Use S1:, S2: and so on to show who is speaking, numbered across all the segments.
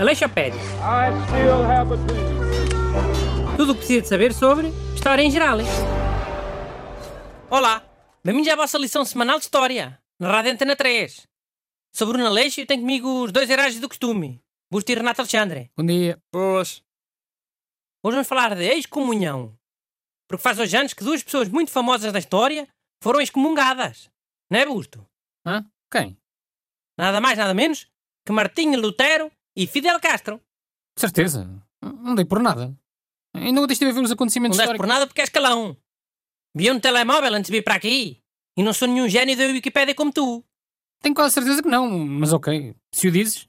S1: Aleixo Pérez. Tudo o que precisa de saber sobre História em Geral. Olá, bem-vindos à vossa lição semanal de História, na Rádio Antena 3. Sou Bruno Aleixo e tenho comigo os dois heróis do costume, Busto e Renato Alexandre.
S2: Bom Um dia. Pois.
S1: Hoje vamos falar de excomunhão. Porque faz hoje anos que duas pessoas muito famosas da história foram excomungadas. Não é, Busto?
S2: Hã? Quem?
S1: Nada mais, nada menos que Martinho Lutero e Fidel Castro.
S2: De certeza. Não dei por nada. Ainda ontem estive a ver os acontecimentos
S1: Não dás por
S2: históricos.
S1: nada porque és calão. Vi um telemóvel antes de vir para aqui. E não sou nenhum gênio da Wikipédia como tu.
S2: Tenho quase certeza que não, mas ok. Se o dizes.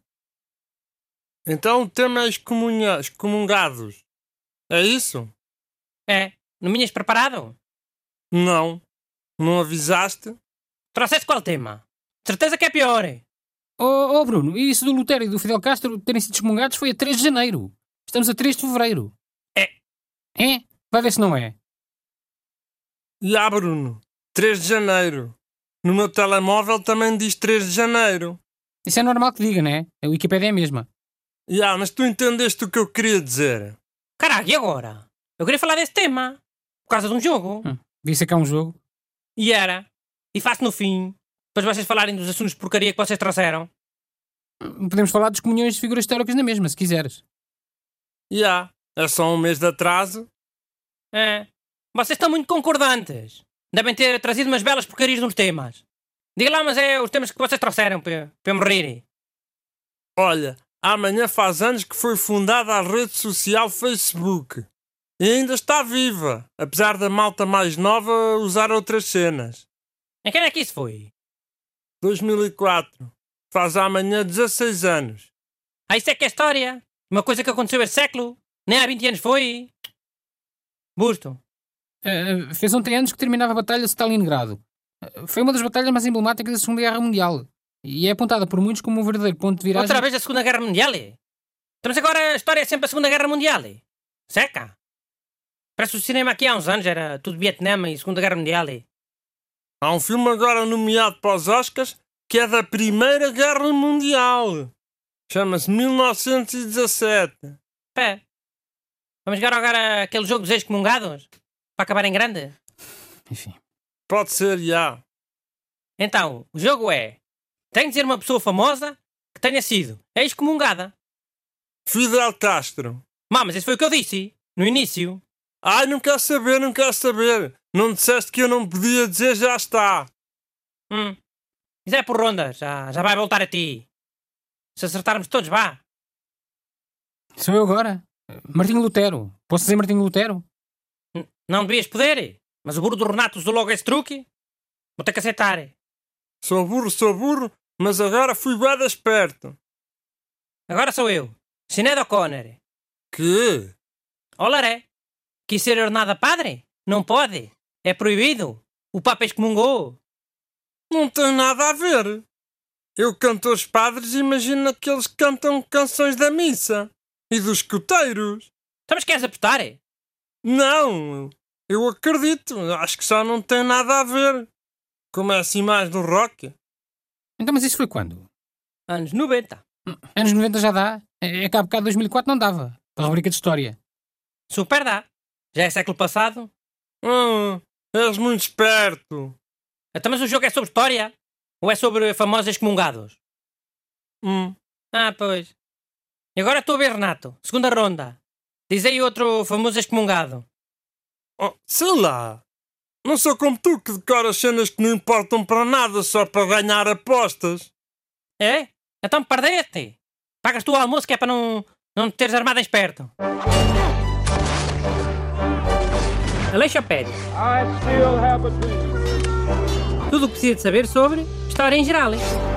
S3: Então o tema é excomunha- excomungados. É isso?
S1: É, não vinhas preparado?
S3: Não. Não avisaste?
S1: Trouxeste qual tema? Certeza que é pior. eh?
S2: Oh, oh, Bruno, e isso do Lutero e do Fidel Castro terem sido excomungados foi a 3 de janeiro. Estamos a 3 de fevereiro.
S1: É.
S2: É? Vai ver se não é.
S3: Já, Bruno. 3 de janeiro. No meu telemóvel também diz 3 de janeiro.
S2: Isso é normal que diga, né? A Wikipédia é a mesma.
S3: Já, mas tu entendeste o que eu queria dizer.
S1: Caralho, e agora? Eu queria falar desse tema. Por causa de um jogo.
S2: Hum. Vi-se cá um jogo.
S1: E era. E faço no fim. Depois vocês falarem dos assuntos de porcaria que vocês trouxeram.
S2: Hum, Podemos falar dos comunhões de figuras históricas na mesma, se quiseres.
S3: Já. É só um mês de atraso.
S1: É. Vocês estão muito concordantes. Devem ter trazido umas belas porcarias nos temas. Diga lá, mas é os temas que vocês trouxeram para para eu me rir.
S3: Olha, amanhã faz anos que foi fundada a rede social Facebook. E ainda está viva, apesar da malta mais nova usar outras cenas.
S1: Em quem é que isso foi?
S3: 2004. Faz amanhã 16 anos.
S1: Ah, isso é que é história. Uma coisa que aconteceu este século. Nem há 20 anos foi. Busto.
S2: Ah, fez ontem anos que terminava a Batalha de Stalingrado. Ah, foi uma das batalhas mais emblemáticas da Segunda Guerra Mundial. E é apontada por muitos como um verdadeiro ponto de viragem.
S1: Outra vez a Segunda Guerra Mundial. Estamos agora a história é sempre a Segunda Guerra Mundial. Seca. Parece que o cinema aqui há uns anos era tudo Vietnã e Segunda Guerra Mundial.
S3: Há um filme agora nomeado para os Oscars que é da Primeira Guerra Mundial. Chama-se 1917.
S1: Pé. Vamos jogar agora aquele jogo dos excomungados? Para acabar em grande?
S2: Enfim.
S3: Pode ser já.
S1: Então, o jogo é... Tem de dizer uma pessoa famosa que tenha sido excomungada.
S3: Fidel Castro.
S1: Má, Mas isso foi o que eu disse no início.
S3: Ai, não quero saber, não quero saber. Não disseste que eu não podia dizer, já está.
S1: Hum. Isso é por rondas, já, já vai voltar a ti. Se acertarmos todos, vá.
S2: Sou eu agora. Eh, Martinho Lutero. Posso dizer Martinho Lutero?
S1: N- não devias poder, mas o burro do Renato usou logo esse truque. Vou ter que aceitar.
S3: Sou burro, sou burro, mas agora fui bem esperto.
S1: Agora sou eu, Sinead O'Connor.
S3: Que?
S1: Olaré. Quis ser ordenada padre? Não pode. É proibido. O Papa excomungou.
S3: Não tem nada a ver. Eu canto aos padres e imagino que eles cantam canções da missa e dos escuteiros.
S1: Então, mas queres apostar?
S3: Não, eu acredito. Acho que só não tem nada a ver. Como é assim mais do rock?
S2: Então, mas isso foi quando? Hum,
S1: Anos 90.
S2: Anos 90 já dá. É é que há bocado 2004 não dava. Para a rubrica de história.
S1: Super dá. Já é século passado.
S3: Hum, és muito esperto.
S1: Então, mas o jogo é sobre história? Ou é sobre famosos excomungados?
S3: Hum,
S1: Ah, pois. E agora estou a ver, Renato. Segunda ronda. Diz aí outro famoso excomungado.
S3: oh, sei lá. Não sou como tu que decoras cenas que não importam para nada só para ganhar apostas.
S1: É? Então perdeste. Pagas tu o almoço que é para não, não te teres armado em esperto. Aleixo Pérez. Tudo o que precisa de saber sobre História em Geral.